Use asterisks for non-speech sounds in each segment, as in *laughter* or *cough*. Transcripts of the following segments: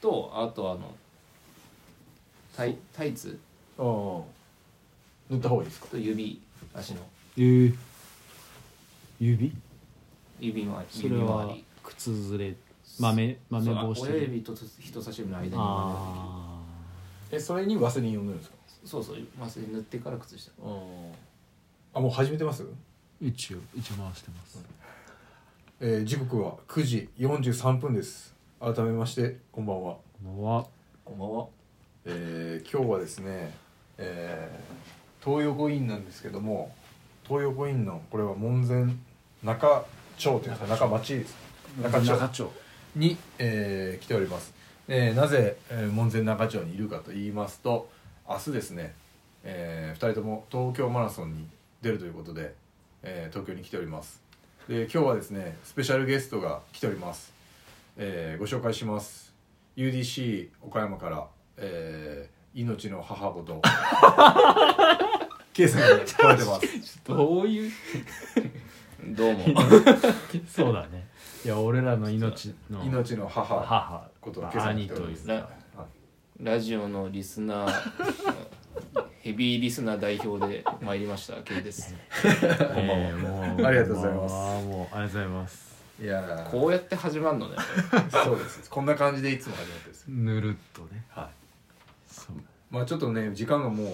とあとあのタイタイツああ塗った方がいいですかと指足のえー、指指回りそれ指は回り靴ずれ豆豆帽子そう親指と人差し指の間にあえそれにワセリンを塗るんですかそうそうまず塗ってから靴下ああもう始めてますあ一応一応回してますえー、時刻は9時43分です改めましてこんばんはのはこんばんはえー、今日はですね、えー、東横インなんですけども東横インのこれは門前中町というか中町です中町町に、えー来ております、えーなぜ、えー門前仲町にいるかと言いますと明日ですね、え2人とも東京マラソンに出るということで、えー東京に来ておりますで今日はですねスペシャルゲストが来ております、えーご紹介します UDC 岡山から、えー命の母ことケイさんが来られて *laughs* ますど *laughs* ういうどうも *laughs* そうだねいや俺らの命の命の母母ことま今あ朝兄来ておとりいまうす *laughs* なはいラジオのリスナーヘビーリスナー代表で参りましたケイ *laughs* ですこんばんはありがとうございますもうありがとうございますいやーこうやって始まるのねそうですこんな感じでいつも始まってるんですぬるっとねはいそうまあちょっとね時間がもう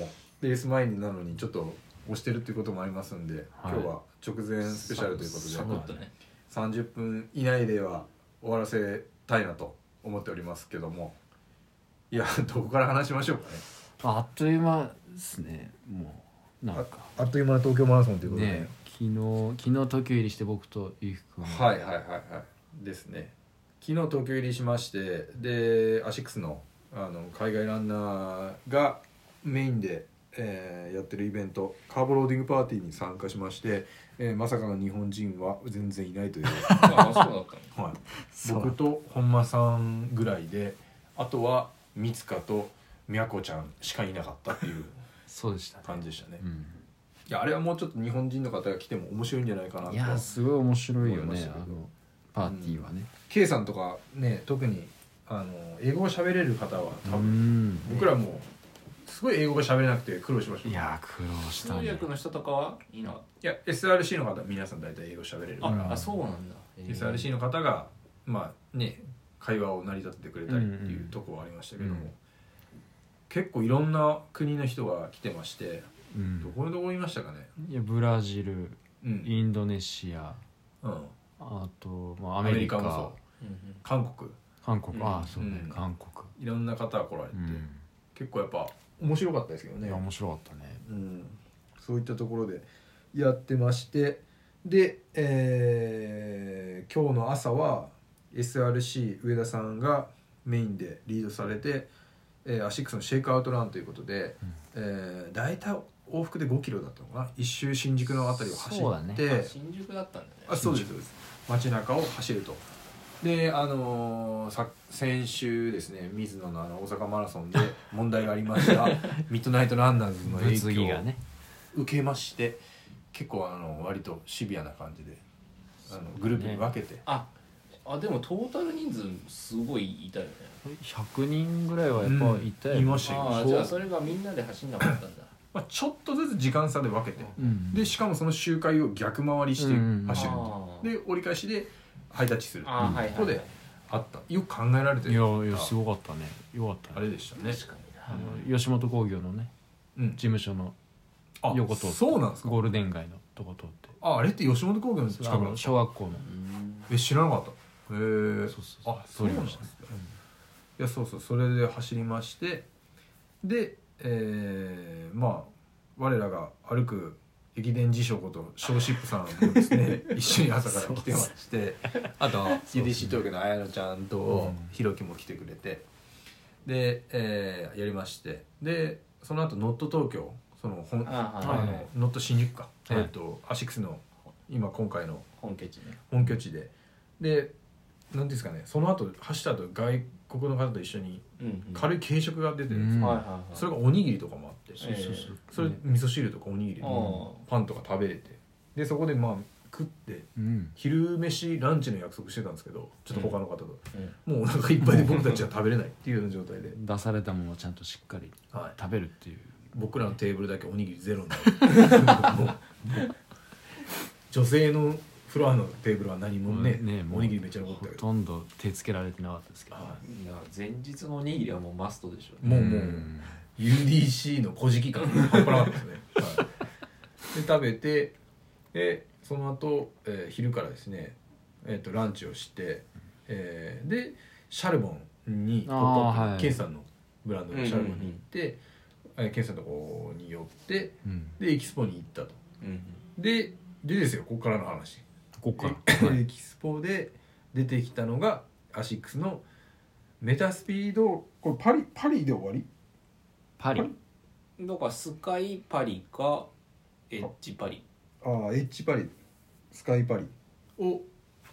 レース前になのにちょっと押してるっていうこともありますんで、はい今日は直前スペシャルというこサそクうとッでとね30分以内では終わらせたいなと思っておりますけどもいやどこから話しましょうかねあっという間ですねもうなんかあっという間の東京マラソンとね昨日昨日時入りして僕とゆうきくんはいはいはいはいですね昨日東京入りしましてでアシックスのあの海外ランナーがメインで、えーやってるイベントカーボローディングパーティーに参加しまして、えーまさかの日本人は全然いない *laughs* という、はあそうだったのい、僕と本間さんぐらいであとは三塚とみやこちゃんしかいなかったっていうそうでしたね感じでしたねうんいやあれはもうちょっと日本人の方が来ても面白いんじゃないかなといやすごい面白いよ思いましねたけあどのパーティーはね K さんとかね特にあの英語を喋れる方は多う分、ん僕らもすごい英語が喋れなくて苦労しましたいや苦労し通たね訳の人とかはいいないや SRC の方は皆さん大体英語喋れるあ,、うんあそうなんだ、えー SRC の方がまあね会話を成り立ててくれたりっていんうんううところはありましたけども、うん結構いろんな国の人が来てましてうどんこのとこいましたかねいやブラジルうん、インドネシアうん、あと、まあ、アアメメリリカカもそううんうん韓国韓国、うんああそうね、うん韓国、いろんな方が来られて、うん結構やっぱ面白かったですけどいねや面白かったねうん、そういったところでやってましてで、えー今日の朝は SRC 上田さんがメインでリードされて、えーアシックスのシェイクアウトランということで、うんえー大体往復で5キロだったのかな一周新宿のあたりを走そうだっねて、あ新宿だったんだねあそうですそうです街中を走るとであのーさ先週ですね水野のあの大阪マラソンで問題がありました *laughs* ミッドナイトランナーズの影物議響がねを受けまして結構あの割とシビアな感じであのグループに分けて、ああでもトータル人数すごいいたよね100人ぐらいはやっぱいたよ、ねうんいましたよああそうじゃあそれがみんなで走んなかったんだまあ、ちょっとずつ時間差で分けてうんでしかもその周回を逆回りしてうん走るあと、ーで折り返しでハイタッチするあー、はいはい、はい、ここであったよく考えられているやいやすごかったねよかった、ね、あれでしたね確かあになの吉本興業のねうん事務所のあ横通ってそうなんですかゴールデン街のとこ通ってああれって吉本興業の近くあなんのですか小学校のうんえ知らなかったへえそうそうそうあそうなんですかいやそうそうそれで走りましてでえー、まあ我らが歩く駅伝辞書ことショーシップさんもです *laughs* ね一緒に朝から来てましてあとそう UDC 東京の綾乃ちゃんとうんひろきも来てくれてで、えーやりましてでその後ノット東京その本あああ、ははいい、のノット新宿か、はいえっ、とアシックスの今今回の本拠地ね本拠地でで何ですかねその後走った後外国の方と一緒にうん、うん、軽い軽食が出てるんですうよんはいはいはいそれがおにぎりとかもあってそうそうそうそれ味噌汁とかおにぎりとあかパンとか食べれてでそこでまあ食ってうん昼飯ランチの約束してたんですけどちょっと他の方と、うんもうお腹いっぱいで僕たちは食べれないっていうような状態で、出されたものをちゃんとしっかりはい、食べるっていう僕らのテーブルだけおにぎりゼロになるもうもう女性のフロアのテーブルは何もね,、もうおにぎりめっちゃ残ったほけど、とんど手つけられてなかったですけどはいいや前日のおにぎりはもうマストでしょもうもう、ん UDC の小じき感が半端なかったです *laughs* ね、はい、で食べてでその後、えー昼からですね、えー、とランチをして、えーでシャルボンにあポップアーップはいケンさんのブランドのシャルボンに行って、えーケンさんのとこに寄ってうんでエキスポに行ったとうんででですよここからの話ここかで *laughs* エキスポで出てきたのがアシックスのメタスピードこれパリパリで終わり *laughs* パリだからスカイパリかエッジパリああ H パリスカイパリを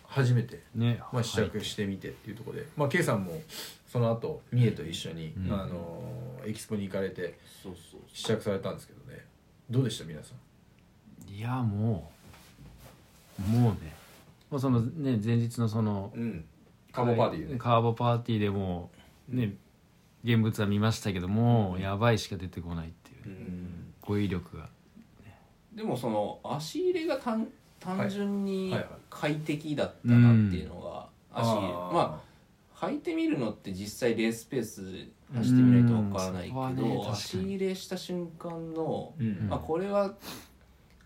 初めて、ねまあ、試着してみてっていうところで、まあ、K さんもその後三重と一緒に、うんあのーエキスポに行かれてそうそう試着されたんですけどねどうでした皆さんいやもうもうねもうそのね前日のそのうんカモパーティーね、カーボパーティーでもうね現物は見ましたけどもうやばいしか出てこないっていううねん語彙力がでもその足入れが単単純にはいはいはい快適だったなっていうのが足入れまああ履いてみるのって実際レースペース走ってみないとわからないけうんそこはど、ね確かに足入れした瞬間の、ーうんあこれは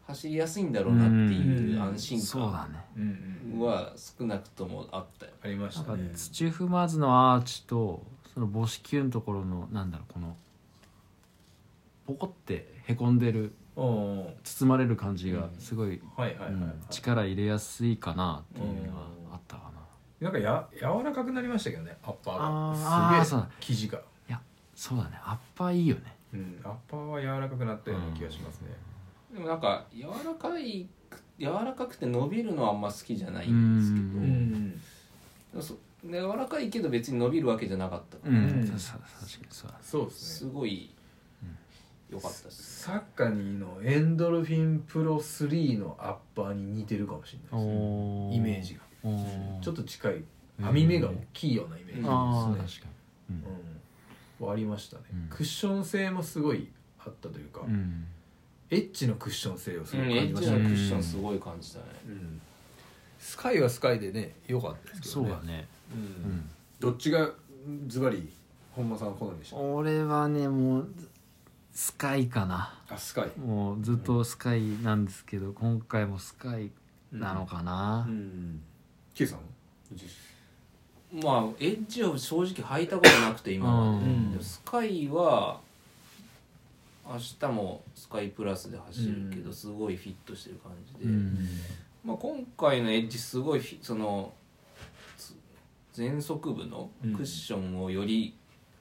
走りやすいんだろうなっていううん安心そう感だねうんうんは少なくともあったよ、ありましなんたかね土踏まずのアーチとその母子球のところのなんだろうこのポコってへこんでるうんはい包まれる感じがすごい、はいはい、はいうん力入れやすいかなっていうのはあったかななんかや柔らかくなりましたけどねアッパーあーがあーすそうげえだ生地が、そうだねアッパーいいよねうん、アッパーは柔らかくなったような気がしますね、でもなんか柔らかい柔らかくて伸びるのはあんま好きじゃないんですけどううんでもそで柔らかいけど別に伸びるわけじゃなかったから、んささ確かにそうだそうですすねごい良かったです、サッカニーのエンドルフィンプロ3のアッパーに似てるかもしれないですねおイメージががちょっとと近い網目が大きいようなイメージですね、ああ確かにうん、割りましたね、うんクッション性もすごいあったというか、うんうんエッジのクッション性をすうんごいエ感じッジましたのね、クッションすごい感じたね、うんスカイはスカイでね良かったですけどそねうだねうんうんどっちがズバリ本間さん好みでした俺はねもうスカイかなあスカイもうずっとスカイなんですけど今回もスカイなのかなうん、K さんまあエッジは正直履いたことなくて今まで、うんでもスカイは明日もスカイプラスで走るけど、うんすごいフィットしてる感じで、うんまあ、今回のエッジすごいフィそのつ前足部のクッションをより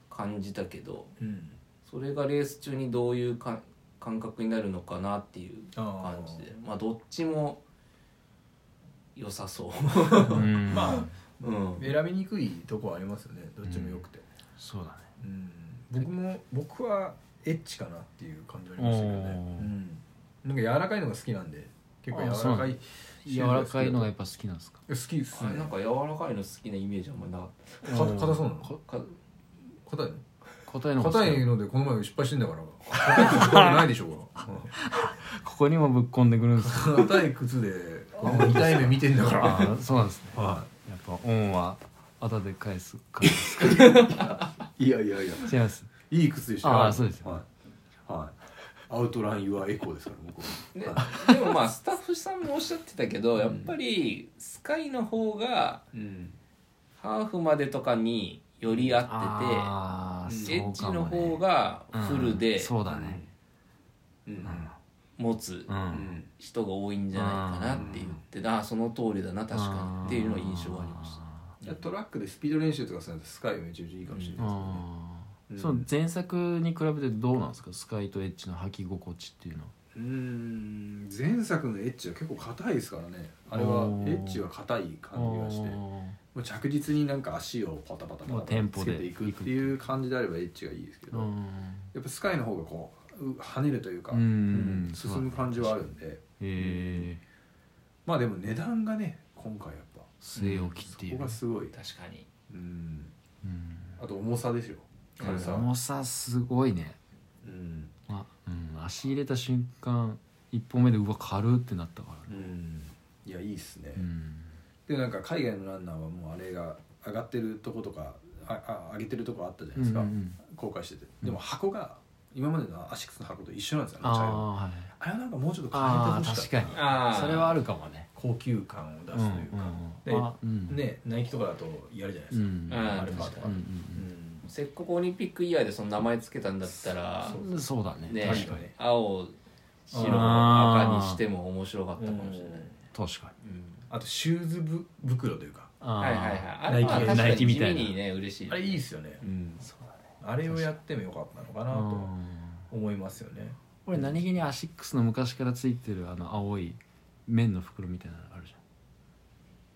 感じたけど、うんそれがレース中にどういうか感覚になるのかなっていうあ感ーじでまあどっちも良さそううんま *laughs* うん、あ選びにくいとこはありますよねどっちも良くて、そうだねうん僕も僕はエッチかなっていう感じはありましたけどね、おうーん、なんか柔らかいのが好きなんで結構あー柔らかい柔らかいのがや好っぱ好きなんですかきですあねれなんか柔らかいの好きなイメージあんまなかっか硬そうなのたか硬いの硬いのが好き硬いのでこの前失敗してんだから硬い靴買わないでしょうがここにもぶっこんでくるんですか *laughs* 硬い靴でこの痛い目見てんだからあーそうなんですねはやっぱ恩は後で返す *laughs* 感じですかい、いやいやいや違いますいい靴でしたあーそうですよはい、はい、アウトラインはエコーですから僕はででもまあスタッフさんもおっしゃってたけどやっぱりスカイの方がうんハーフまでとかにより合あってーてエッジそうかのもね方がフルうんでそうだねうんうん持つううんん人が多いんじゃないかなって言ってたあーその通りだな確かにっていうのは印象がありましたたいやトラックでスピード練習とかするとスカイめちゃめちゃいいかもしれないうんその前作に比べてどうなんですかスカイとエッジの履き心地っていうのはうん前作のエッジは結構硬いですからねあれはおーエッジは硬い感じがしてもう着実になんか足をパタパタパもタうテンつポけでていくっていう感じであればエッジがいいですけあーど、うんやっぱスカイの方がこうう跳ねるというか、うん進む感じはあるんでへえまあでも値段がね今回やっぱ据え置きっていこうこがすごい確かにうんうんあと重さですよ軽さ重さすごいねうんあ、うん、足入れた瞬間一歩目でうわ軽ってなったからうねんいやいいっすね、うんでなんか海外のランナーはもうあれが上がってるとことかああ上げてるとこあったじゃないですか、うんうんうん公開しててんでも箱が今までのアシックスの箱と一緒なんですよねあ茶色あはいあれはなんかもうちょっと変あえてあほ確しかかっにたあーそれはあるかもね高級感を出すというか、うんうんうんあでうんねナイキとかだとやるじゃないでうすか、んアルうんファとか、うんせっかくオリンピックイヤーでその名前つけたんだったらそううんうんそうだねね確かに青白あー赤にしても面白かったかもしれない、確かにうんあとシューズぶ袋というかあーはいはいはいあれは確ナイキかナイに地キみた味いなにね嬉しいあれいいっすよねうんそうだねあれをやってもよかったのかなうとん思いますよね俺何気にアシックスの昔からついてるあの青い麺の袋みたいなのあるじ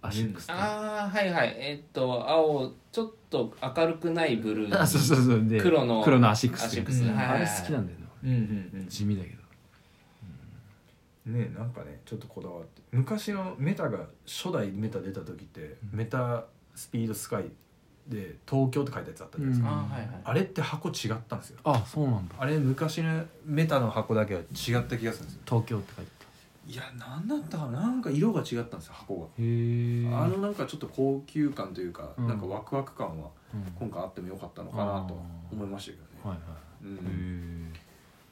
ゃんアシックスってあああはいはいえーっと青ちょっと明るくないブルーそうそうそうで黒の黒のアシックスアシックスうはんいはいあはいれ好きなんだよねうんうん地味だけどうんねなんかねちょっとこだわって昔のメタが初代メタ出た時って、メタスピードスカイで東京って書いたやつあったじゃないですか、あーはいはいあれって箱違ったんですよあそうなんだあれ昔のメタの箱だけは違った気がするんですよ東京って書いてたいや何だったかななんか色が違ったんですよ箱がへえあのなんかちょっと高級感というか、うんなんかワクワク感はうん今回あってもよかったのかなとあー思いましたけどね、はいはういへん、え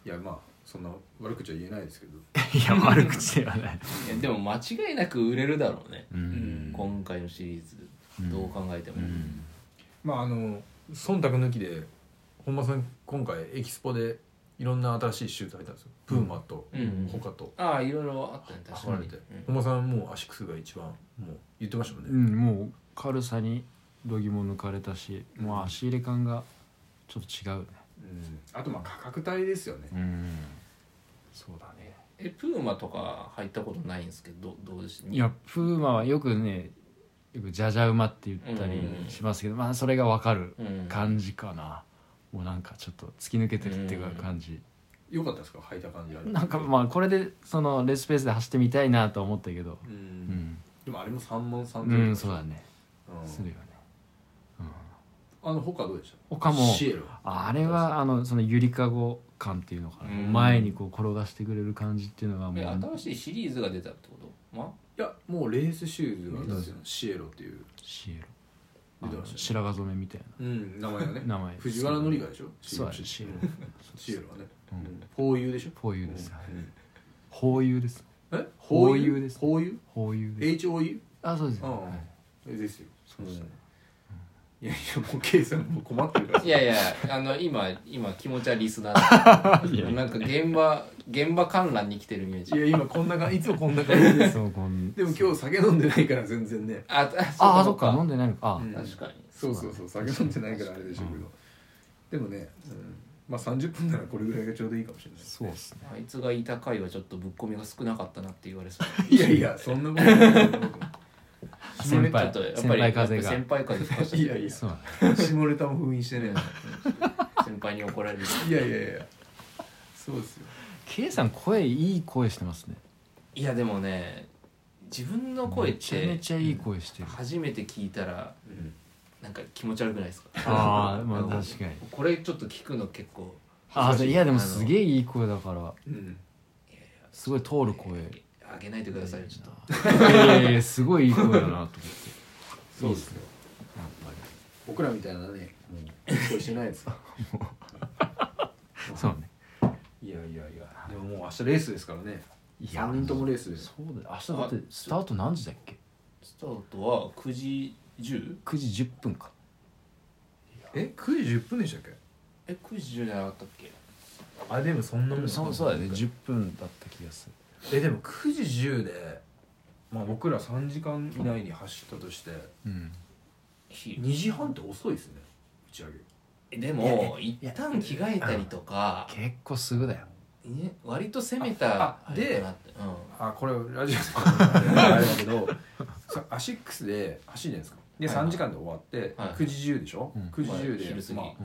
いやまあそんな悪口は言えないですけどいや悪口ではないいやでも間違いなく売れるだろうね、うん今回のシリーズどう考えても、うんまああの忖度抜きで本間さん今回エキスポでいろんな新しいシューズ入ったんですよプーマとうんうん他とああいろいろあったね確測からにれて、う本間さんもうアシックスが一番もう言ってましたもんうね、んもう軽さに度肝抜かれたしうんもう足入れ感がちょっと違うねうんあとまあ価格帯ですよね、うんそうだねんえプーマとか入ったことないんですけどどうでしたいやプーマはよくねよく「じゃじゃ馬」って言ったりうんしますけど、まあそれがわかるうん感じかな、もうなんかちょっと突き抜けてるっていうかうん感じ、よかったですか履いた感じあれなんかまあこれでそのレースペースで走ってみたいなとは思ったけどうん、うん、でもあれも3万う3000ん円、そうだねうんするよね、うん、あの他どうでした他もシエロああれはあのそのゆりかご感っていうのかな、うん前にこう転がしてくれる感じっていうのがもえう新しいシリーズが出たってことまいやもうレースシューズが出たんですよ、シエロっていうシエロあ出てのましたね白髪染めみたいなうん名前がね名前藤原紀香でしょそうだねシシエエロロシエロはねうんホーユーでしょホーユーですホーユーですえホーユーですホーユホーユーーです ?HOU? あそうですうね、んはいえですよそうですねうんいやいやもう計算もう困ってるからあいやいやあの今今気持ちはリスナーいやなんか現場現場観覧に来てるイメージいや今こんな感じいつもこんな感じですそうこんでも今日酒飲んでないから全然ねああああそっか飲んでないのかあ、うん確かにそうそうそう酒飲んでないからあれでしょうけどでもねうんまあ30分ならこれぐらいがちょうどいいかもしれないそうっすねあいつがいた回はちょっとぶっ込みが少なかったなって言われそういやいや、そんなことない僕あ *laughs* 先輩ちょっとやっぱり先輩や風がっぱ先輩風吹かしていやいや、そうだね下ネタも封印してね先輩に怒られるいやいやいや、そうですよ。 K さん声いい声してますねいやでもね自分の声っめちゃめてちゃいい声してる、初めて聞いたらなんか気持ち悪くないですかああ *laughs* まあ確かにこれちょっと聞くの結構あ恥ずかーしいやでもあのすげえいい声だからうん、すごい通る声あげないでくださいよちょっといやいやいやすごいいい声だなと思ってそうですよ。やっぱ僕らみたいなね、もう、封してないですか。りそうね *laughs* いやいやいや、でももう明日レースですからね。いや3人ともレースです。そうだよ明日だってスタート何時だっけスタートは9時 10? 9時10分かえ、9時10分でしたっけえ9時10じゃなかったっけあ、でもそんなもんそうそうだよね10分だった気がするえ、でも9時10で、まあ僕ら3時間以内に走ったとして、うんひ2時半って遅いですね、打ち上げ。でも一旦着替えたりとか結構すぐだよね割と攻めたああであれかなってうん *laughs* あこれラジオであれだけどさアシックスで走るじゃないですかではいはい3時間で終わってはい9時10でしょ、うん9時10で、昼過ぎ、まあうん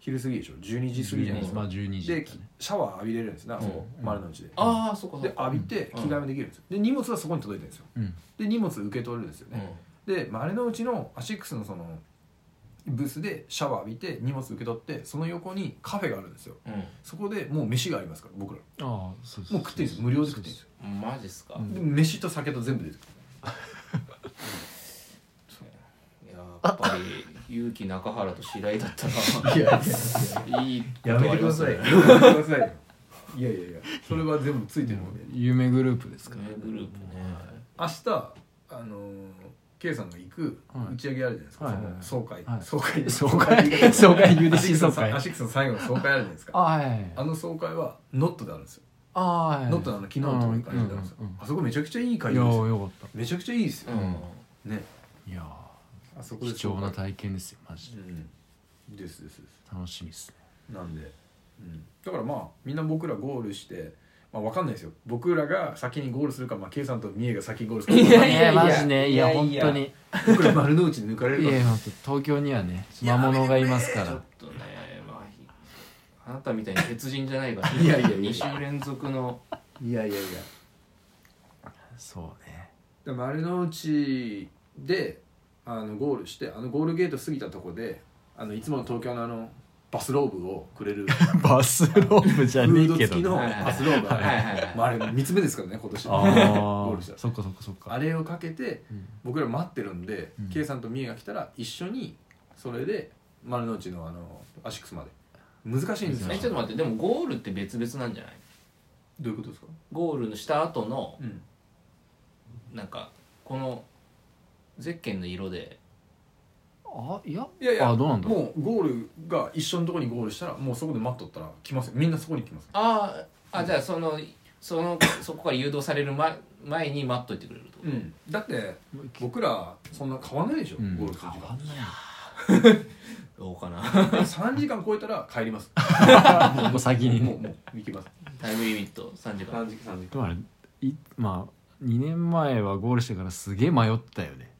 昼過ぎでしょ12時過ぎじゃないですまかあ12時だっでたねシャワー浴びれるんですねあそこ、うん丸の内で、ああそっかそでっか浴びて着替えもできるんですよで荷物はそこに届いてるんですようんで荷物受け取るんですよね、で丸の内のアシックスのそのブースでシャワー浴びて荷物受け取ってその横にカフェがあるんですようん、そこでもう飯がありますから僕らああそうそうもう食っていいんです無料で食っていいんですようん、マジっすか、うんで飯と酒と全部出てくるいややっぱり勇気中原と白井だったら *laughs* いやいいことやめありてくだますさいね *laughs* やめてくださいいやいやいやそれは全部ついてるもんで夢グループですからねグループね明日あのー K さんが行くはい打ち上げあるじゃないですか、はいはいはいその総会、はい総会総会 *laughs* 総会 UDC 総会アシックスの最後の総会あるじゃないですかあはいはいはいあの総会はノットであるんですよ、あはいはいノットなの昨日のとこに会場であるんですよ、うんうんうんあそこめちゃくちゃいいい会や場ですよよかっめちゃくちゃいいですよう、んねたいやあそこで貴重なタイ体験ですよマジでうんですですです楽しみですねなんで、うん、だからまあみんな僕らゴールしてまあわかんないですよ僕らが先にゴールするか、まあ、K さんと三重が先にゴールするかいやいやいやねマジねいやいやい本や当に僕ら丸の内に抜かれいるかや本当東京にはね魔物がいますかちょらっとねまあひあなたみたいに鉄人じゃないから *laughs* いやいやいや2週連続のいやいやいやそうねで丸の内であのゴールしてあのゴールゲート過ぎたとこであのいつもの東京のあのバスローブをくれるバスローブじフゃねーえドけ付どきのねバスローブはいはいはいまああれ3つ目ですからね今年あゴールあしたそっかそっかそっかあれをかけてうん僕ら待ってるんで、うん K さんとみえが来たら一緒にそれで丸の内のあのアシックスまで難しいんですよえちょっと待ってでもゴールって別々なんじゃないどういうことですか、ゴールのした後のうん、なんかこのゼッケンの色であいやいやいやあどうなんだろうもうゴールが一緒のとこにゴールしたらもうそこで待っとったら来ますよみんなそこに来ますあああじゃあそのそのそこから誘導される前前に待っといてくれると、うんだって僕らそんな変わんないでしょ、うんゴールする時変わんないどうか *laughs* な間3時間超えたら帰りますもう先にもうもねう行きますタイムリミット3時間時間3時でもあれいまあ2年前はゴールしてからすげえ迷ったよね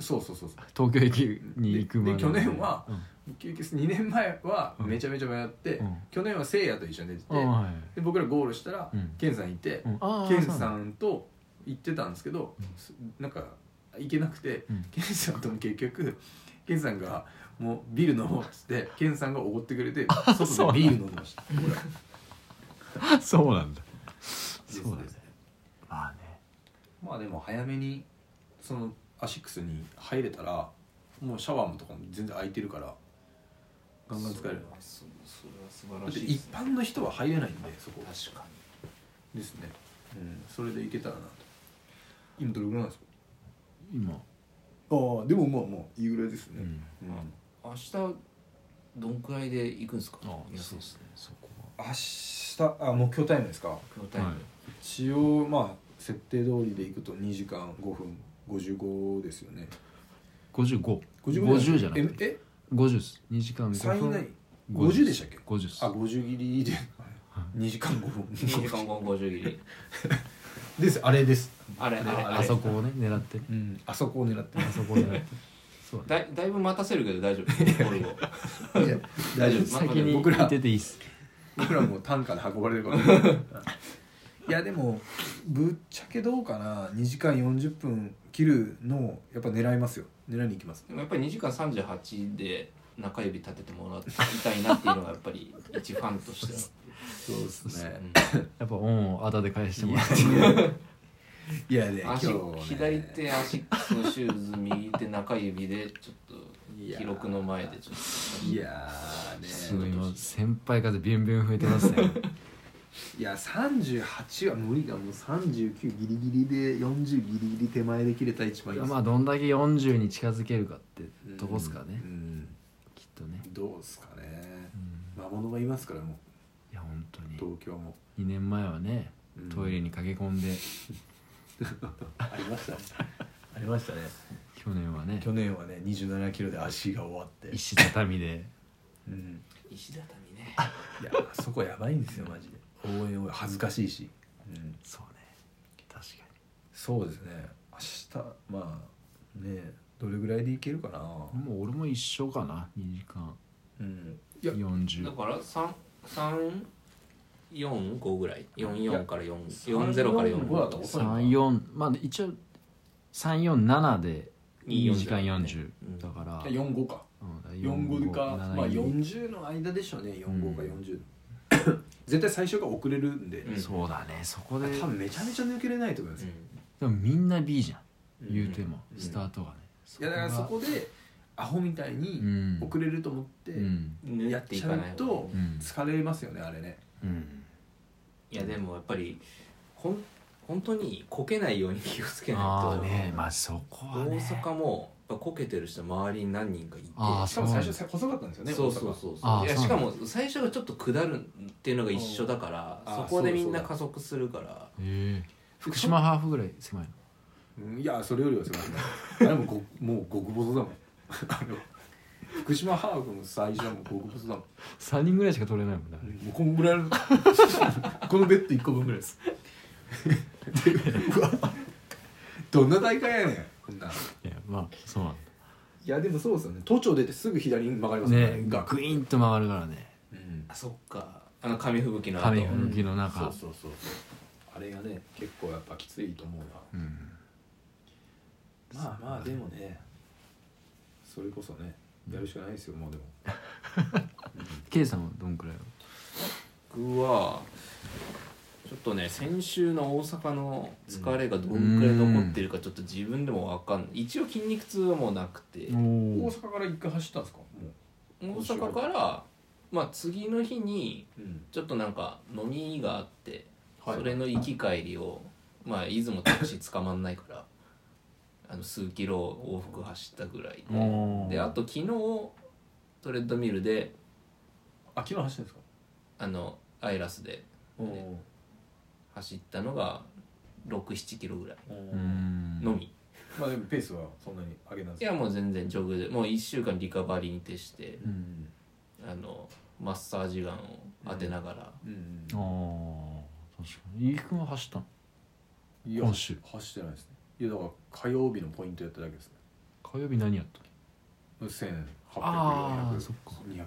そうそうそうそう東京駅に行くまでで去年はうん結局2年前はうんめちゃめちゃ迷って、うん去年はせいやと一緒に出てて、あはいで僕らゴールしたら、うんケンさんいてう、んあーケンそうなさだんと行ってたんですけど、すなんか行けなくて、うんケンさんとも結局ケンさんが「もうビール飲もう」っつ *laughs* ってケンさんがおごってくれてそ外でうなんだビール飲んでましたほらそうなんだそうだねですまあねまあでも早めにそのアシックスに入れたらもうシャワーもとかも全然空いてるからガンガン使えるだそそれは素晴らってしい一般の人は入れないんでそこです確かにですね、うん、それでいけたらなと今どれぐらいなんですか今ああでもまあまあいいぐらいですう、ん明日どんくらいで行くんですかあ皆さそんうですねそこ明日あ目標タイムですか今日タイム、はい一応まあ設定通りでいくと2時間5分55ですよねは55 55 50じゃなくてえ50です2時間え3 5位ない分50でしたっけ50ですあ50切りで2時間5分2時間後50切りです *laughs* あれですあれあれあれあそこをね狙ってねうんあそこを狙ってまあそこを狙ってそうだねだいだいぶ待たせるけど大丈夫ゴルゴ *laughs* すいや大 *laughs* 丈夫ですまあ先に僕ら行ってていいっす僕らも単価で運ばれるから *laughs* いやでもぶっちゃけどうかな2時間40分切るのをやっぱ狙いますよ狙いに行きますでもやっぱり2時間38で中指立ててもらいたいなっていうのがやっぱり一ファンとしてそうですは、うんやっぱ恩をあだで返してもらっていやね今足日ね左手アシックスのシューズ右手中指でちょっいとや記録の前でちょっといやすーごいね今先輩風ビュンビュン吹いてますねいや38は無理だもう39ギリギリで40ギリギリ手前で切れた一番いいです *laughs* まあどんだけ40に近づけるかってうんとこっすからねうんきっとねどうっすかねうん魔物がいますからもいや本当うに東京も2年前はねうんトイレに駆け込んでありましたね *laughs* ありましたね去年はね去年はね2 7キロで足が終わって石畳でうん石畳ねいやあそこやばいんですよマジで応援を恥ずかしいし、うん、そうね確かそうですね明日まあねどれぐらいでいけるかなもう俺も一緒かな2時間うんいやだ40から345ぐらい44から440から45だと4 34まあ一応347でいい2時間40うんだから45か45 45か、まあ、40の間でしょうね45か40、絶対最初が遅れるんで、うんそうだねそこで多分めちゃめちゃ抜けれないと思います、でもみんな B じゃんうん言うてもうんスタートがねいやだからそこでアホみたいにうん遅れると思ってうんやっていかない方がいいやっちゃうとうん疲れますよねあれねうんいやでもやっぱりほん本当にこけないように気をつけあないあと、ねまあそこは大ね阪もやっぱこけてる人周りに何人かいてあーしかも最初細かったんですよねそうそうそうあそうーいやそしうかなんだも最初がちょっと下るっていうのが一緒だからうんあーそこでそうみだんな加速するからええ福島ハーフぐらい狭いの大阪うんいやそれよりはすごいね *laughs* あれもごもう極細だもん *laughs* あの福島ハーフの最初はもう極細だもん3人ぐらいしか取れないもんねもうこんぐらいの *laughs* このベッド1個分ぐらいです *laughs* でうわどんな大会やねんこんないやまあそうなんやでもそうですよね都庁出てすぐ左に曲がりまだすよねねがグイーンと曲がるからねうんあそっかあの紙吹雪の後紙吹雪の中そうそうそうあれがね結構やっぱきついと思うなうんまあまあでもねそれこそねやるしかないですよもうでも K さんはどんくらい僕はちょっとね先週の大阪の疲れがどんくらい残ってるかちょっと自分でもわかんない一応筋肉痛はもうなくて、お大お阪から一回走ったんですかも大阪からまあ次の日にう、うん、ちょっとなんか飲みがあって、はいそれの行き帰りをまあ出雲タクシー捕まんないから *laughs* あの数キロ往復走ったぐらいおーでであと昨日トレッドミルであ昨日走ったんですかあのアイラスでお走ったのが67キロぐらいうんのみ、まあでもペースはそんなに上げないいやもう全然ジョグでもう1週間リカバリーに徹してうんあのマッサージガンを当てながら、うんああ確かに飯くんは走ったのいや今週走ってないですねいやだから火曜日のポイントやっただけですね火曜日何やったの1800あー400そっか200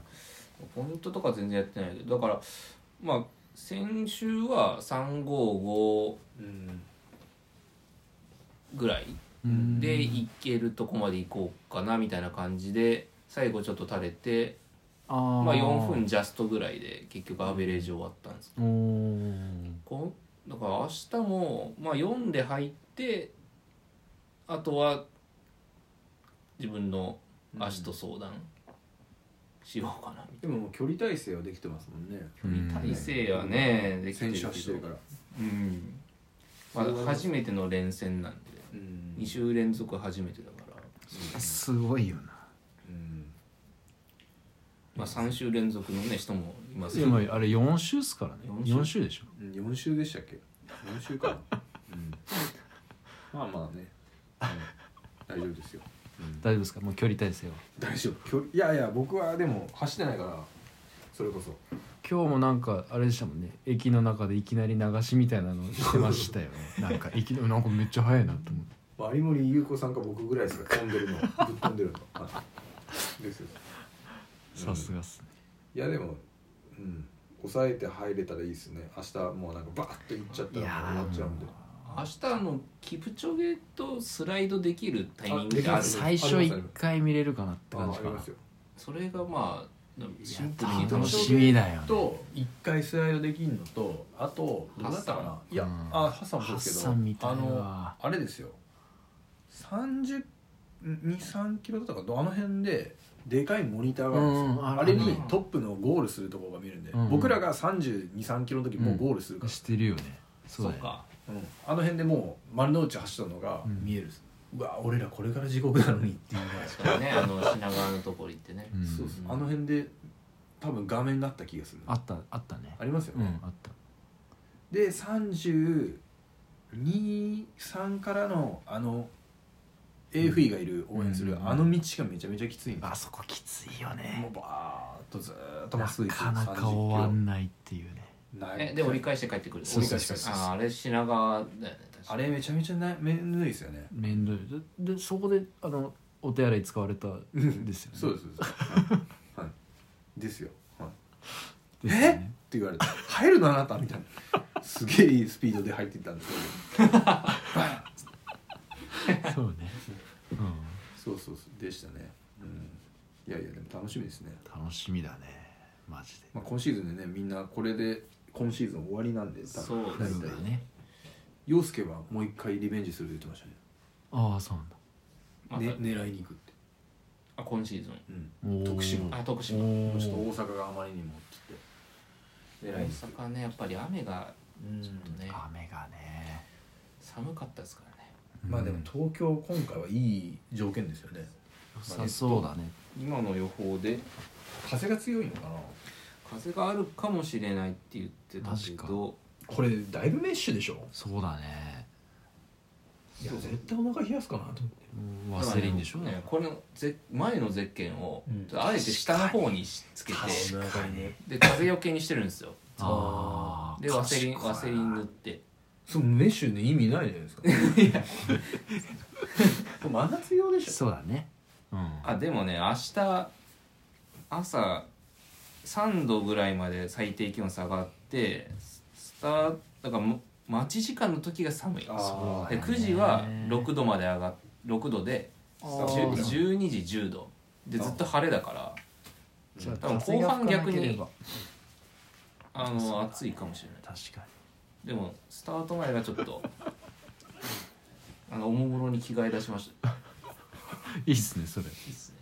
ポイントとか全然やってないけどだからまあ先週は355うんぐらいうんで行けるとこまで行こうかなみたいな感じで最後ちょっと垂れてあままあ4分ジャストぐらいで結局アベレージ終わったんですおーこんだから明日も、まあ、4で入ってあとは自分の足と相談しようかなみでももう距離体制はできてますもんねうんたいな体制はねできて選る手はしてけるどから、うんまあ、初めての連戦なんでうん2週連続初めてだから、すごいよなうんまあ、3週連続のね人もいますでよもあれ4週っすからね四週4週でしょうん4週でしたっけ4週かな、うん、まあまあね、うん大丈夫ですよ、うん大丈夫ですかもう距離体制は大丈夫距離いやいや僕はでも走ってないからそれこそ今日もなんかあれでしたもんね駅の中でいきなり流しみたいなのしてましたよねなんかいきなりなんかめっちゃ早いなと思って有森裕子さんか僕ぐらいですか飛んでるのぶっ飛んでる *laughs* のはいですよさすがっすねいやでもうん抑えて入れたらいいですね明日もうなんかバーッといっちゃったらもう終わっちゃうんで明日あのキプチョゲとスライドできるタイミングがああるできます最初一回見れるかなってあ感あじりかなますよそれがまあシンプルいにや楽しみだよねと一回スライドできるのとあとどうだったかなハいや、うんあハッサンもそうですけハどッサンみたいあなのあれですよ3 2 3キロだったかなあの辺ででかいモニターがあるんですよ、うんあるあれあるにトップのゴールするところが見るんで、うん僕らが3 2 3キロの時もうゴールするから、してるよねそうそうだよかうんあの辺でもう丸の内走ったのがうん見えるんです、うわ俺らこれから地獄なのにっていうぐらい確かにねあの品川のところ行ってねうんそうそうあの辺で多分画面になった気がするあったあったねありますようね、んあったで323からのあの AFE がいる応援する、うんあの道がめちゃめちゃきついんですよあそこきついよもねうバーっとずーっとまなっすぐかなか終わんないっていうねないえで折り返して帰ってくるそうそうそ折うり返して帰ってくるあーあれ品川だよね確かあれめちゃめちゃなめんどいですよね面倒いででそこであのお手洗い使われたんですよねそうですそうですはいですよ、はい、っですよねて言われて「入るのあなた」みたいなすげえいいスピードで入っていったんですけどそう *laughs* ね、そうそうそうでしたね、うん、いやいやでも楽しみですね、うん、楽しみだねマジでまあ、今シーズンでねみんなこれで今シーズン終わりなんで多分そうですそう大だ体ね陽介はもう一回リベンジすると言ってましたねああそうなんだまねた狙いに行くって、あ今シーズンうおん、ー徳島あ徳島おちょっとー大阪があまりにもって大狙いに行く阪ねやっぱり雨がうんちょっとね雨がね寒かったですからねまあでも東京今回はいい条件ですよね良さそうだね今の予報で風が強いのかな風があるかもしれないって言ってたマけジかどこれだいぶメッシュでしょそうだねいやそう絶対お腹冷やすかなと思ってうんワセリンでしょだからねこれのぜ前のゼッケンをうんちょっとあえて下の方にしつけて確かにで風よけにしてるんですよああでワセリン賢いなワセリン塗ってそのメッシュね意味ないじゃないですか *laughs* 真夏用でしょそうだねうんあでもね明日朝3度ぐらいまで最低気温下がってススターだからも待ち時間の時が寒いであそうだね9時は6度まで上がっ6度であ10ー12時10度でずっと晴れだからじゃあ多分風が吹か後半逆なければにあの暑いかもしれない確かでもスタート前がちょっとあのおもむろに着替え出しましたにいいっすねそれいいっすね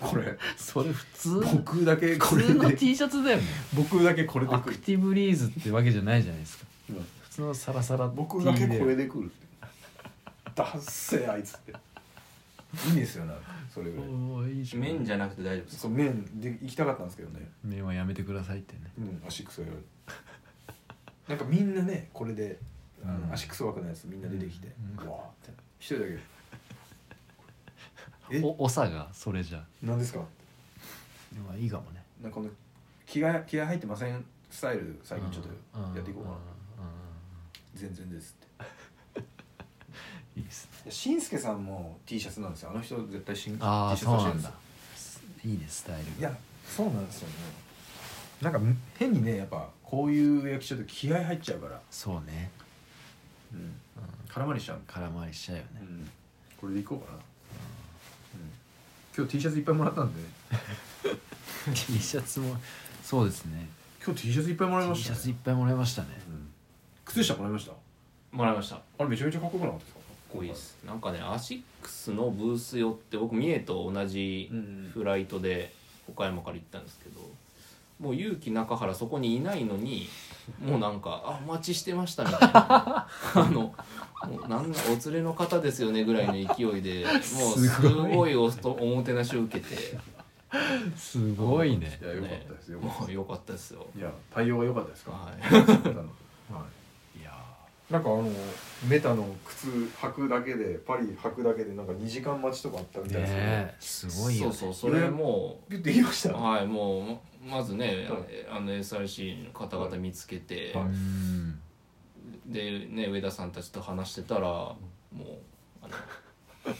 これそれ *laughs* 普通僕だけこ普れ通ので T シャツだよね僕だけこれでアくクるティブリーズってわけじゃないじゃないですかうん普通のサラサラ T 僕だけこれででくるってダッセーあいつっていいんですよなそれぐおらいーいいじゃん麺じゃなくて大丈夫ですそう麺で行きたかったんですけどね麺はやめてくださいってねうん足くそやるなんかみんなねこれであのうん足くそ枠のやつみんな出てきてうんうわーって一人だけえおおさがそれじゃ何ですかまあいいかもねなんかこの気が気合入ってませんスタイル最近ちょっとんやっていこうかなんうん全然ですっていいっすねいやしんすけさんも T シャツなんですよあの人絶対しん T シあャあツそう欲しいなでんすだいいねスタイルいがやそうなんですよねなんかむ変にねやっぱこういう焼きちょっと気合入っちゃうから、そうねうん絡まりしちゃう、空回りしちゃうよ *laughs* ねん、これでいこうかな、うん今日 T シャツいっぱいもらったんで T シャツもそうですね今日 T シャツいっぱいもらいま T しシた、ャね、ツいっぱいもらいましたねうん靴下もらいましたもらいましたかあれめちゃめちゃかっこよくなかったですかかっこいいですなんかねアシックスのブース寄って僕三重と同じうんフライトで岡山から行ったんですけどもう勇気中原そこにいないのにもうなん *laughs* か「あお待ちしてました」みたいなあのもうなんだお連れの方ですよねぐらいの勢い *laughs* でもうすすごいごいおとおもてなしを受けてすごいねいやよかったですよ、ねもう良かったですよいや対応が良かったですか、 *laughs* はいあなたのはいいやなんかあのメタの靴履くだけでパリ履くだけでなんか2時間待ちとかあったみーたいですけど、ねえすごいよねそうそうそれもピュッて行きましたうはいもうままずね、はいあの SRC の方々見つけて、はいうーんでね上田さんたちと話してたらもうあ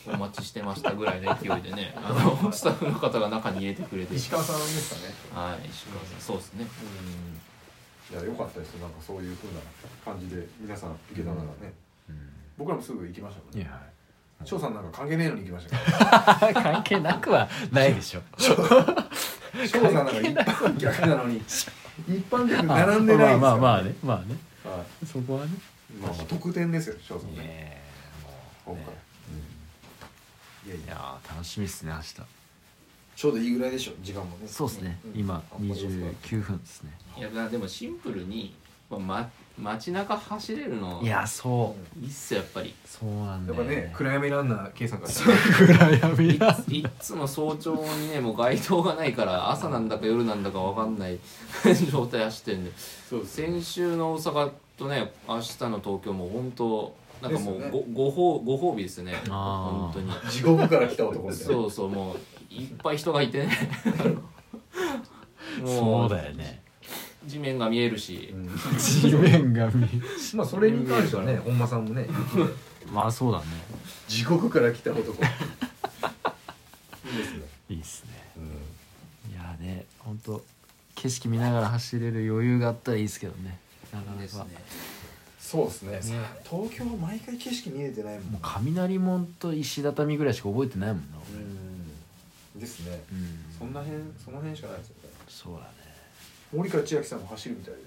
のお待ちしてましたぐらいの勢いでねあのスタッフの方が中に入れてくれて石川さんですかねはい石川さんそうですねいや良かったですよなんかそういう風な感じで皆さん行けたならね、うん僕らもすぐ行きましたもんいねや翔さんなんか関係ねえのに行きましたか *laughs* 関係なくはないでしょら翔さんなんか一般客なのに一般客 *laughs* 並んでないですから、まあまあまあねまあねはそこはねいまあ特典ですよ翔さんねね今回、うんいやいいややー楽しみですね明日ちょうどいいぐらいでしょ時間もねそうですねうん今あ29分ですねいやなでもシンプルに、まあま、街中走れるのいやそううんいいっすよやっぱりそうなんやだっよぱね暗闇ランナー K さんからした暗闇いだついつも早朝にねもう街灯がないから朝なんだか夜なんだか分かんない *laughs* 状態走ってるんでそうです先週の大阪とね明日の東京も本当なんかもうですご,、よご褒ご褒美ですねあー本当に地獄から来た男みたいなそうそうもういっぱい人がいてね *laughs* そうだよね地面が見えるし、うん地面が見まあそれに関してはね本間さんもねまあそうだね地獄から来た男と景色見ながら走れる余裕があったらいいですけどねなかなかですねそうですねね東京毎回景色見えてないもんもう雷門と石畳ぐらいしか覚えてないもんなう俺んですねうんそんな辺その辺しかないですよねそうだね森川千秋さんも走るみたいで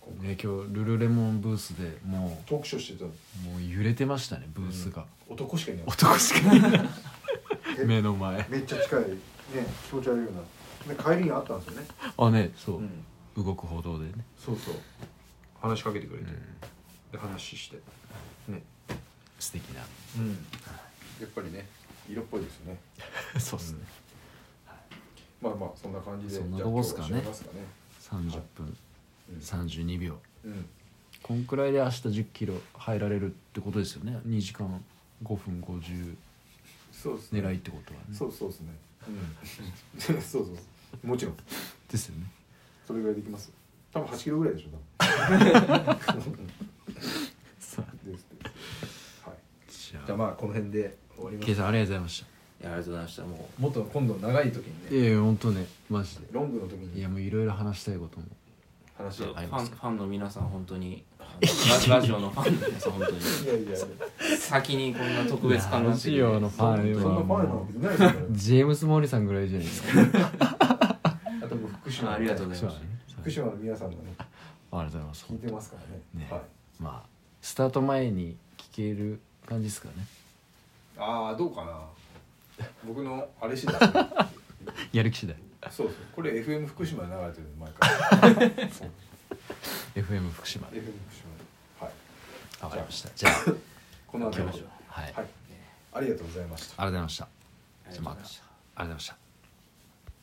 今回ね今日ルルレモンブースでもトークショーしてたのうもう揺れてましたねブースが、男しかいない男しかいないえ目の前めっちゃ近いね気持ち悪いようなで帰りにあったんですよね *laughs* あねそう、ん動く歩道でね、そうそう話しかけてくれうて、ん、で話してね素敵なうんやっぱりね色っぽいですよね *laughs* そうですね、まあまあそんな感じでそんなじゃあと今こっ日すかはね締めますかね30分32秒うん、うんこんくらいで明日1 0キロ入られるってことですよね2時間5分50そうですね狙いってことはねそうそうですねうんそう *laughs* そうそうもちろんですよねそれぐらいできます多分8キロぐらいでしょ多分さあですですはいじじゃゃああまあこの辺で終わりまケイすさんありがとうございましいやありがとうございましたももっと今度長い時にたねいやいや本当ねマジでロングの時いにやもういろいろ話したいことも話うをフいやァンファンの皆さん本当にあのララジ *laughs* オのファンの皆さん本当に *laughs* いやいや先にこんな特別感ラなしジオのファンそんなはファンなんもていないですからうジェームス・モーリさんぐらいじゃないですかあともう福島 *laughs* あありがとうございそうまだすね福島の皆さんがねありがとうございます聞いてますからねねはいまあスタート前に聞ける感じですかねああどうかな *laughs* 僕のあれ次第そうやる気次第そうこれ FM 福島で流れてるの毎回 *laughs* そう FM 福島 FM 福島はいわかりましたじゃあこの後今も日ははいありがはいありがとうございましたとうございましたありがとうございましたありがとうございました